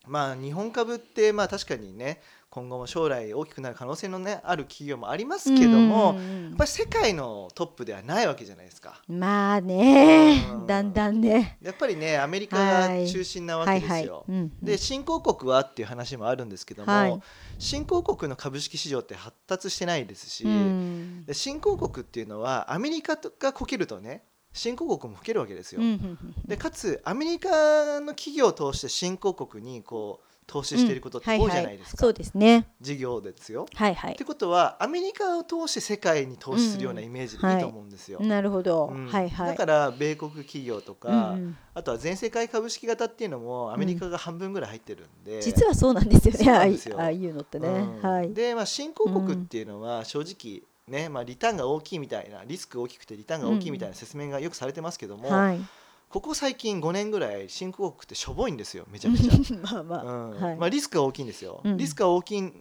Speaker 1: まあ、日本株ってまあ確かにね今後も将来大きくなる可能性の、ね、ある企業もありますけども、
Speaker 2: うんう
Speaker 1: や
Speaker 2: んうん
Speaker 1: っぱり世界のトップではないわけじゃないですか。
Speaker 2: まあね
Speaker 1: うん
Speaker 2: だんだんね
Speaker 1: やっぱりねアメリカが中心なわ
Speaker 2: は
Speaker 1: け
Speaker 2: い
Speaker 1: ですよ。
Speaker 2: はい、うんうん
Speaker 1: で新興国はっていう話もあるんですけども、
Speaker 2: はい
Speaker 1: 新興国の株式市場って発達してないですし、
Speaker 2: うん
Speaker 1: で新興国っていうのはアメリカがこけるとね新興国もこけるわけですよ。
Speaker 2: うんうんうんうん
Speaker 1: でかつアメリカの企業を通して新興国にこう投資していることって多いじゃないですか、
Speaker 2: うんはいはい、そうですね
Speaker 1: 事業ですよ。
Speaker 2: はいは
Speaker 1: っ
Speaker 2: い
Speaker 1: てことはアメリカを通して世界に投資するようなイメージでいいと思うんですよ。
Speaker 2: なるほど、
Speaker 1: うん
Speaker 2: はいはい
Speaker 1: だから米国企業とか、
Speaker 2: うんうん
Speaker 1: あとは全世界株式型っていうのもアメリカが半分ぐらい入ってるんで、
Speaker 2: 実はそうなんですよ
Speaker 1: そう
Speaker 2: ねあ
Speaker 1: な
Speaker 2: あ
Speaker 1: ん
Speaker 2: い
Speaker 1: で
Speaker 2: う
Speaker 1: すよ
Speaker 2: ああいうのってね、
Speaker 1: うん
Speaker 2: はい
Speaker 1: で、まあ、新興国っていうのは正直ね、まあ、リターンが大きいみたいなリスク大きくてリターンが大きいみたいな説明がよくされてますけども、
Speaker 2: はい
Speaker 1: ここ最近5年ぐらい新興国ってしょぼいんですよめちゃくちゃ。
Speaker 2: まあまあ、
Speaker 1: うん
Speaker 2: はい、
Speaker 1: まあ、リスクは大きいんですよ、
Speaker 2: うん
Speaker 1: リスクは大きいっ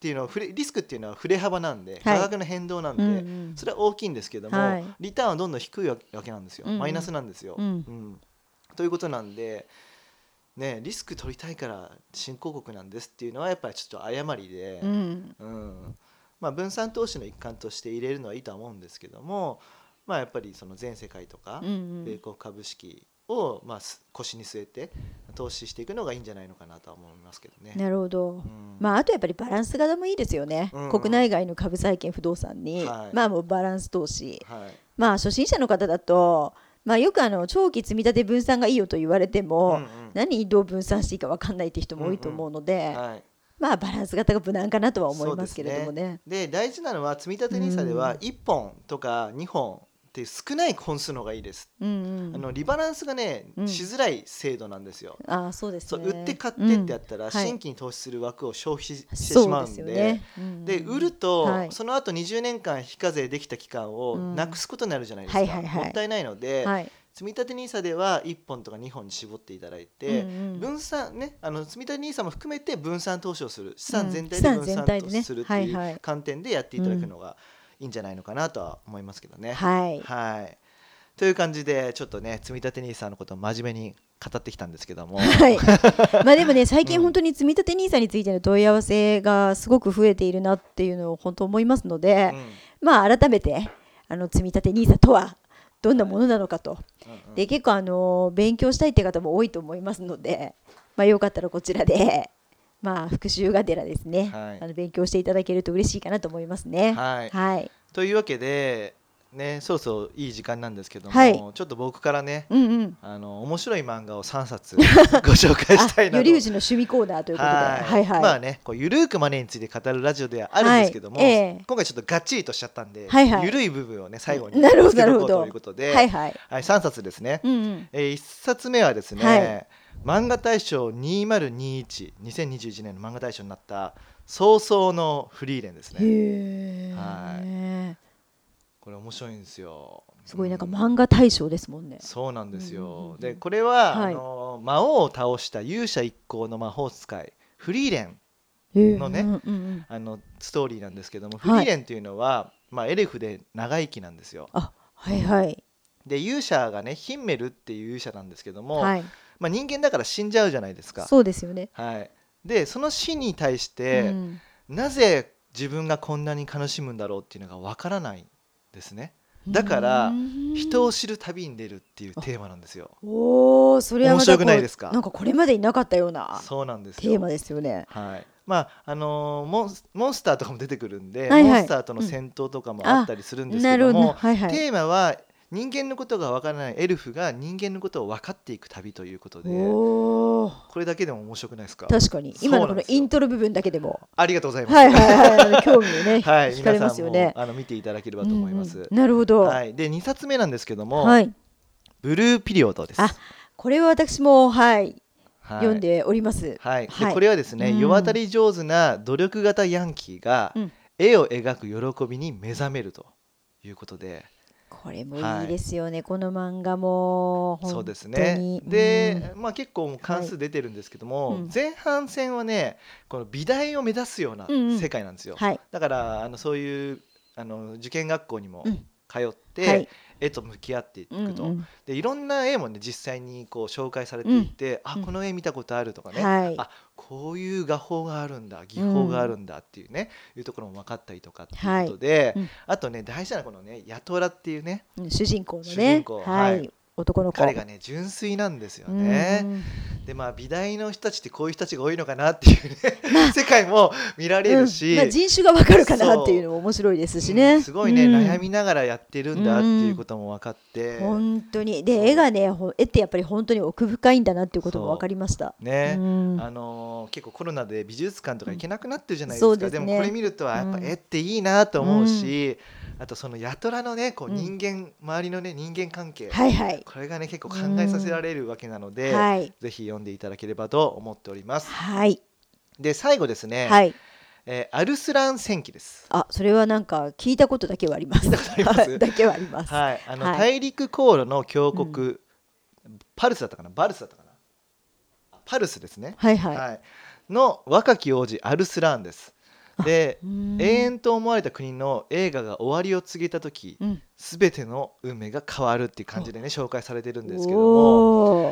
Speaker 1: ていうのは振れリスクっていうのは振れ幅なんで価格の変動なんで、
Speaker 2: うんうん
Speaker 1: それは大きいんですけども、
Speaker 2: はい
Speaker 1: リターンはどんどん低いわけなんですよ、
Speaker 2: うんうん
Speaker 1: マイナスなんですよ、
Speaker 2: うん
Speaker 1: うんということなんで、ね、リスク取りたいから新興国なんですっていうのはやっぱりちょっと誤りで、
Speaker 2: うん
Speaker 1: うんまあ、分散投資の一環として入れるのはいいとは思うんですけども、まあ、やっぱりその全世界とか
Speaker 2: うんうん
Speaker 1: 米国株式をまあす腰に据えて投資していくのがいいんじゃないのかなとは思いますけどね。
Speaker 2: なるほど
Speaker 1: う、ん
Speaker 2: まあ、あとやっぱりバランス型もいいですよね、
Speaker 1: うんうん
Speaker 2: 国内外の株債券不動産に、
Speaker 1: はい
Speaker 2: まあもうバランス投資、
Speaker 1: はい
Speaker 2: まあ初心者の方だと、まあ、よくあの長期積み立て分散がいいよと言われても、
Speaker 1: うんうん
Speaker 2: 何どう分散していいか分かんないって人も多いと思うので、
Speaker 1: はい
Speaker 2: まあバランス型が無難かなとは思いますけれど
Speaker 1: そ
Speaker 2: もね。
Speaker 1: うですねで大事なのは積立 NISA では1本とか2本って少ない本数の方がいいです。
Speaker 2: うん
Speaker 1: あ
Speaker 2: うん、
Speaker 1: のリバランスがね
Speaker 2: うん
Speaker 1: しづらい制度なんですよ。
Speaker 2: ああそうです
Speaker 1: そう
Speaker 2: ね。
Speaker 1: 売って買ってってやったら
Speaker 2: うんはい
Speaker 1: 新規に投資する枠を消費ししてし
Speaker 2: そ
Speaker 1: ま
Speaker 2: う
Speaker 1: う
Speaker 2: です
Speaker 1: ん
Speaker 2: よ
Speaker 1: で
Speaker 2: ね。うん
Speaker 1: で売ると、
Speaker 2: はい
Speaker 1: その後20年間非課税できた期間
Speaker 2: う
Speaker 1: を
Speaker 2: ん
Speaker 1: なくすことになるじゃないですか、
Speaker 2: はいはいはい
Speaker 1: もったいないので、
Speaker 2: はい、
Speaker 1: 積立 NISA では1本とか2本に絞っていただいて、
Speaker 2: うんうん
Speaker 1: 分散ねあの積立 NISA も含めて分散投資をする資
Speaker 2: う
Speaker 1: 産
Speaker 2: ん
Speaker 1: 全体で分
Speaker 2: 資
Speaker 1: 散
Speaker 2: 産全体
Speaker 1: 投
Speaker 2: でね
Speaker 1: 資するってい
Speaker 2: はいは
Speaker 1: う
Speaker 2: い
Speaker 1: 観点でやっていただくのがいいんじゃないのかなとは思いますけどね。
Speaker 2: はい
Speaker 1: はいという感じでちょっとね積立 NISA のことを真面目に語ってきたんですけ ども。
Speaker 2: はい、 まあでもね最近本当に積立 NISA についての問い合わせがすごく増えているなっていうのを本当思いますので、
Speaker 1: うん
Speaker 2: まあ改めてあの積立 NISA とはどんなものなのかと、
Speaker 1: うん
Speaker 2: で結構あの勉強したいって方も多いと思いますので、まあ、よかったらこちらで。まあ復習がてらですね、
Speaker 1: はい
Speaker 2: あの勉強していただけると嬉しいかなと思いますね。
Speaker 1: はい
Speaker 2: はい、
Speaker 1: というわけで、ね、そうそういい時間なんですけども、
Speaker 2: はい
Speaker 1: ちょっと僕からね
Speaker 2: うんうん。
Speaker 1: あの面白い漫画を3冊 ご紹介 したいなと。
Speaker 2: あ、よりうじの趣味コーナーということで、
Speaker 1: は
Speaker 2: はいい、はいはい。
Speaker 1: まあねこうゆるーくマネについて語るラジオではあるんですけども、
Speaker 2: はいええ
Speaker 1: 今回ちょっとがっちりとしちゃったんで、
Speaker 2: はいはい
Speaker 1: ゆるい部分をね最後に
Speaker 2: なるほど
Speaker 1: つけておこう
Speaker 2: なるほど
Speaker 1: ということで、
Speaker 2: はいはい。
Speaker 1: はい3冊ですね、
Speaker 2: うんうん。
Speaker 1: え1冊目はですね、
Speaker 2: はい
Speaker 1: 漫画大賞2021 2021年の漫画大賞になった「早々のフリーレン」ですね
Speaker 2: へえ、
Speaker 1: はこれ面白いんですよ
Speaker 2: すごいなんか
Speaker 1: う
Speaker 2: 漫画大賞ですもんね。
Speaker 1: そうなんですよ、
Speaker 2: うんうんうん
Speaker 1: でこれは、
Speaker 2: はい
Speaker 1: あの魔王を倒した勇者一行の魔法使いフリーレンの
Speaker 2: の
Speaker 1: ね
Speaker 2: うんうんうん、
Speaker 1: あのストーリーなんですけども、
Speaker 2: は
Speaker 1: フ
Speaker 2: い
Speaker 1: リーレンっていうのは、まあ、エレフで長生きなんですよ
Speaker 2: あ、はいはい。
Speaker 1: で勇者がねヒンメルっていう勇者なんですけども、
Speaker 2: はい。
Speaker 1: まあ、人間だから死んじゃうじゃないですか、
Speaker 2: そうですよね。
Speaker 1: はい、でその死に対し
Speaker 2: う
Speaker 1: て、
Speaker 2: ん
Speaker 1: なぜ自分がこんなに悲しむんだろうっていうのがわからないんですねだから
Speaker 2: うん
Speaker 1: 人を知る旅に出るっていうテーマなんですよ
Speaker 2: おお、それはまたこ
Speaker 1: 面
Speaker 2: う
Speaker 1: 白くないですか
Speaker 2: なんかこれまでいなかったような
Speaker 1: そうなんです
Speaker 2: テ
Speaker 1: よ
Speaker 2: ーマですよね。
Speaker 1: はい、まああのーモンスモンスターとかも出てくるんで、
Speaker 2: はいはい
Speaker 1: モンスターとの戦闘とかもあったりするんです
Speaker 2: な
Speaker 1: け
Speaker 2: る
Speaker 1: ど
Speaker 2: ほ
Speaker 1: も、
Speaker 2: ど、はいはい。
Speaker 1: テーマは人間のことがわからないエルフが人間のことを分かっていく旅ということでこ
Speaker 2: おお、
Speaker 1: れだけでも面白くないですか
Speaker 2: 確かに
Speaker 1: そう
Speaker 2: 今
Speaker 1: なん
Speaker 2: のこの
Speaker 1: ですよ
Speaker 2: イントロ部分だけでも、
Speaker 1: ありがとうございます
Speaker 2: はいはいはい、興味をね、
Speaker 1: はい
Speaker 2: 惹かれ
Speaker 1: 皆
Speaker 2: ま
Speaker 1: さ
Speaker 2: す
Speaker 1: ん
Speaker 2: よ
Speaker 1: も、
Speaker 2: ね。
Speaker 1: あの見ていただければと思います、
Speaker 2: うんうんなるほど。
Speaker 1: はい、で2冊目なんですけども、
Speaker 2: はい
Speaker 1: ブルーピリオドです、
Speaker 2: あこれは私もはい
Speaker 1: はい
Speaker 2: 読んでおります。
Speaker 1: はい、で
Speaker 2: はい
Speaker 1: これはですね、
Speaker 2: うん
Speaker 1: 世渡り上手な努力型ヤンキーが
Speaker 2: うん
Speaker 1: 絵を描く喜びに目覚めるということで、
Speaker 2: これもいいですよね、この漫画も本当に
Speaker 1: そうですね
Speaker 2: うん
Speaker 1: で、まあ、結構もう関数出てるんですけども、
Speaker 2: はいうん
Speaker 1: 前半戦はねこの美大を目指すような
Speaker 2: うんうん
Speaker 1: 世界なんですよ、
Speaker 2: はい
Speaker 1: だからあのそういうあの受験学校にも
Speaker 2: うん
Speaker 1: 通通って、
Speaker 2: はい
Speaker 1: 絵と向き合っていく
Speaker 2: うん
Speaker 1: と、
Speaker 2: うん
Speaker 1: でいろんな絵もね実際にこう紹介されていて、
Speaker 2: うん
Speaker 1: あこの絵見たことあるとかね、
Speaker 2: はい
Speaker 1: あこういう画法があるんだ技法があるんだっていうね、いうところも分かったりとかっていうことで、
Speaker 2: はいうん
Speaker 1: あとね大事なのはこのねヤトラっていうね
Speaker 2: うん主人公のね
Speaker 1: 主人公
Speaker 2: は
Speaker 1: はい
Speaker 2: い、男の子
Speaker 1: 彼がね純粋なんですよ
Speaker 2: う
Speaker 1: ね。
Speaker 2: ん
Speaker 1: でまあ美大の人たちってこういう人たちが多いのかなっていうね、世界も見られるし、
Speaker 2: うんまあ、人種がわかるかなっていうのも面白いですしね、
Speaker 1: うんすごいね、
Speaker 2: うん
Speaker 1: 悩みながらやってるんだっていうことも分かって、
Speaker 2: 本当に
Speaker 1: そう
Speaker 2: で絵がねほ絵ってやっぱり本当に奥深いんだなっていうことも分かりました
Speaker 1: ね、
Speaker 2: うん
Speaker 1: あのー結構コロナで美術館とか行けなくなってるじゃないですか、
Speaker 2: そうで
Speaker 1: です
Speaker 2: ね
Speaker 1: もこれ見るとはやっぱ
Speaker 2: うん
Speaker 1: 絵っていいなと思うし、あとそのやとらのねこう
Speaker 2: うん
Speaker 1: 人間、周りのね人間関係、
Speaker 2: はいはい
Speaker 1: これがね結構考えさせられるわけなので、
Speaker 2: はい
Speaker 1: ぜひ読んでいただければと思っております。
Speaker 2: はい
Speaker 1: で最後ですね、
Speaker 2: はい
Speaker 1: えーアルスラン戦記です。
Speaker 2: あそれはなんか聞いたことだけはあります だけはあります、
Speaker 1: はい、あの、
Speaker 2: はい
Speaker 1: 大陸航路の峡谷、パルスだったかなバルスだったかなあパルスですね、
Speaker 2: はいはい
Speaker 1: はい、の若き王子アルスラーンです。で
Speaker 2: うん
Speaker 1: 永遠と思われた国の映画が終わりを告げた時
Speaker 2: うん
Speaker 1: すべての運命が変わるっていう感じでね紹介されてるんですけども、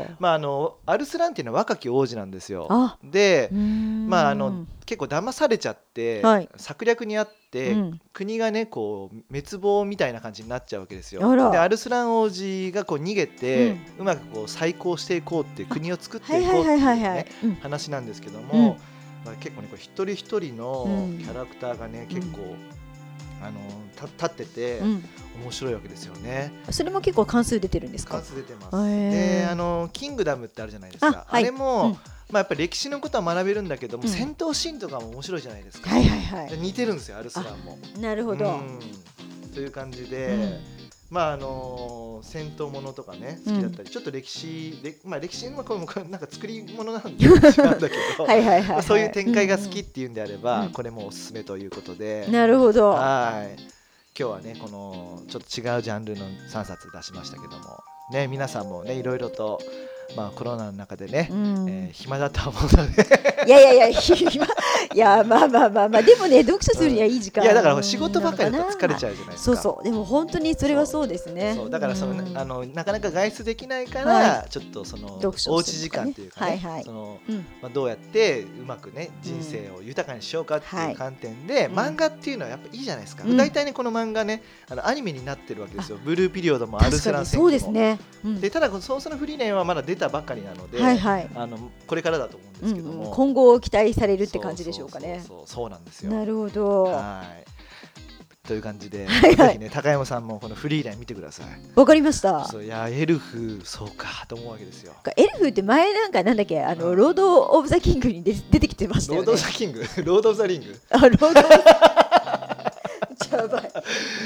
Speaker 2: おー
Speaker 1: まあ、あのアルスラーンっていうのは若き王子なんですよ。
Speaker 2: あ
Speaker 1: で
Speaker 2: う、ん
Speaker 1: まあ、あの結構騙されちゃって、
Speaker 2: はい
Speaker 1: 策略にあって、
Speaker 2: うん
Speaker 1: 国がねこう滅亡みたいな感じになっちゃうわけですよ。
Speaker 2: あら
Speaker 1: でアルスラン王子がこう逃げて、
Speaker 2: うん
Speaker 1: うまくこう再興していこうっていう国を作っ
Speaker 2: は
Speaker 1: て
Speaker 2: い
Speaker 1: い
Speaker 2: は
Speaker 1: こうっ
Speaker 2: いは
Speaker 1: てい
Speaker 2: いうはいは
Speaker 1: ね
Speaker 2: い、うん
Speaker 1: 話なんですけども、
Speaker 2: うん
Speaker 1: まあ、結構ねこう一人一人の
Speaker 2: うん
Speaker 1: キャラクターがね、結構あのた立ってて
Speaker 2: うん
Speaker 1: 面白いわけですよね。
Speaker 2: それも結構関数出てるんですか
Speaker 1: 関数出てます。
Speaker 2: へー
Speaker 1: であのキングダムってあるじゃないですか。あ,、
Speaker 2: あはい
Speaker 1: れも、
Speaker 2: うん
Speaker 1: まあやっぱり歴史のことは学べるんだけども、
Speaker 2: うん
Speaker 1: 戦闘シーンとかも面白いじゃないですか。
Speaker 2: はいはいは
Speaker 1: で似てるんですよアルスランも。
Speaker 2: いなるほど、
Speaker 1: うんという感じで。
Speaker 2: うん
Speaker 1: まああの戦闘ものとかね好きだったり、ちょっと歴史でまあ歴史のこれもこれなんか作り物なんで違うんだけど、
Speaker 2: はいはいはい
Speaker 1: ま
Speaker 2: は
Speaker 1: あ
Speaker 2: い
Speaker 1: そういう展開が好きっていうんであれば、
Speaker 2: うん
Speaker 1: これもおすすめということで、
Speaker 2: なるほど
Speaker 1: はい今日はねこのちょっと違うジャンルの3冊出しましたけどもね皆さんもねいろいろと、まあ、コロナの中でね、
Speaker 2: うん
Speaker 1: えー暇だと思うので
Speaker 2: いやいやいや、今、いや、まあまあまあまあ、でもね、読書するにはいい時間
Speaker 1: いやだから仕事ばっかりだと疲れち
Speaker 2: ゃう
Speaker 1: ゃうじゃないですか。
Speaker 2: そうそう、でも本当にそれはそうですね。
Speaker 1: そうだからその、
Speaker 2: うん
Speaker 1: あ、のなかなか外出できないから、
Speaker 2: は
Speaker 1: ちょっとその
Speaker 2: 読書
Speaker 1: お
Speaker 2: を
Speaker 1: う
Speaker 2: す
Speaker 1: ち時
Speaker 2: ると
Speaker 1: 間
Speaker 2: かね
Speaker 1: っていうかね
Speaker 2: はいはい
Speaker 1: その
Speaker 2: うん
Speaker 1: まあ、どうやってうまくね人生を豊かにしようかって
Speaker 2: は
Speaker 1: いう
Speaker 2: い
Speaker 1: 観点で、
Speaker 2: うん
Speaker 1: 漫画っていうのはやっぱいいじゃないですか、
Speaker 2: うん
Speaker 1: 大体ねこの漫画ねあのアニメになってるわけですよブルーピリオドもアル
Speaker 2: 確
Speaker 1: ス
Speaker 2: か
Speaker 1: ラン
Speaker 2: に
Speaker 1: 戦
Speaker 2: そうです
Speaker 1: 記も
Speaker 2: ね。うん
Speaker 1: でただこのソースのフリーレンはまだ出たばかりなので、
Speaker 2: はいはい。
Speaker 1: あのこれからだと思うんで
Speaker 2: うん
Speaker 1: すけども、
Speaker 2: うん今後を期待されるって感じでしょうかね。
Speaker 1: そうそうそうそうそうなんですよ
Speaker 2: なるほど。
Speaker 1: はいという感じで、
Speaker 2: はいはい
Speaker 1: ぜひね高山さんもこのフリーレン見てください
Speaker 2: わかりました。
Speaker 1: そういやエルフそうかと思うわけですよ。
Speaker 2: エルフって前なんかなんだっけあ
Speaker 1: う
Speaker 2: の
Speaker 1: ん
Speaker 2: ロード・オブ・ザ・キングに出出てきてました
Speaker 1: ロ
Speaker 2: よ
Speaker 1: ード・
Speaker 2: ね
Speaker 1: オブ・ザ・キング ロード・オブ・ザ・リング
Speaker 2: あロード・オブ やばい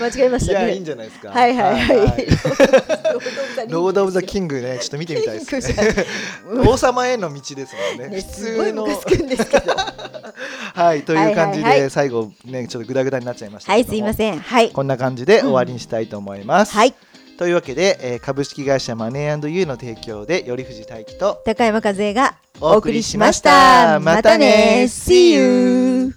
Speaker 2: 間違えま
Speaker 1: い
Speaker 2: した
Speaker 1: や
Speaker 2: ね
Speaker 1: いいんじゃないですか
Speaker 2: はいはいはい。
Speaker 1: ロード・オブ・ザ・
Speaker 2: ン
Speaker 1: キングねちょっと見てみたいですね
Speaker 2: グ
Speaker 1: 王様への道ですもんね
Speaker 2: ね、
Speaker 1: 普
Speaker 2: すご
Speaker 1: 通
Speaker 2: い
Speaker 1: の
Speaker 2: ムカつくんですけど。
Speaker 1: はいという感じ
Speaker 2: はいはいは
Speaker 1: で最後ねちょっとグダグダになっちゃいました
Speaker 2: はい、すいま
Speaker 1: ん
Speaker 2: せん。はい。
Speaker 1: こんな感じで終わりにしたいと思います、
Speaker 2: はい。
Speaker 1: というわけで、えー株式会社マネーユーの提供で頼藤大樹と
Speaker 2: 高山和恵が
Speaker 1: お
Speaker 2: お
Speaker 1: 送
Speaker 2: 送
Speaker 1: り
Speaker 2: り
Speaker 1: し
Speaker 2: し
Speaker 1: ま
Speaker 2: ま
Speaker 1: し
Speaker 2: したた。またね。
Speaker 1: またね
Speaker 2: See you.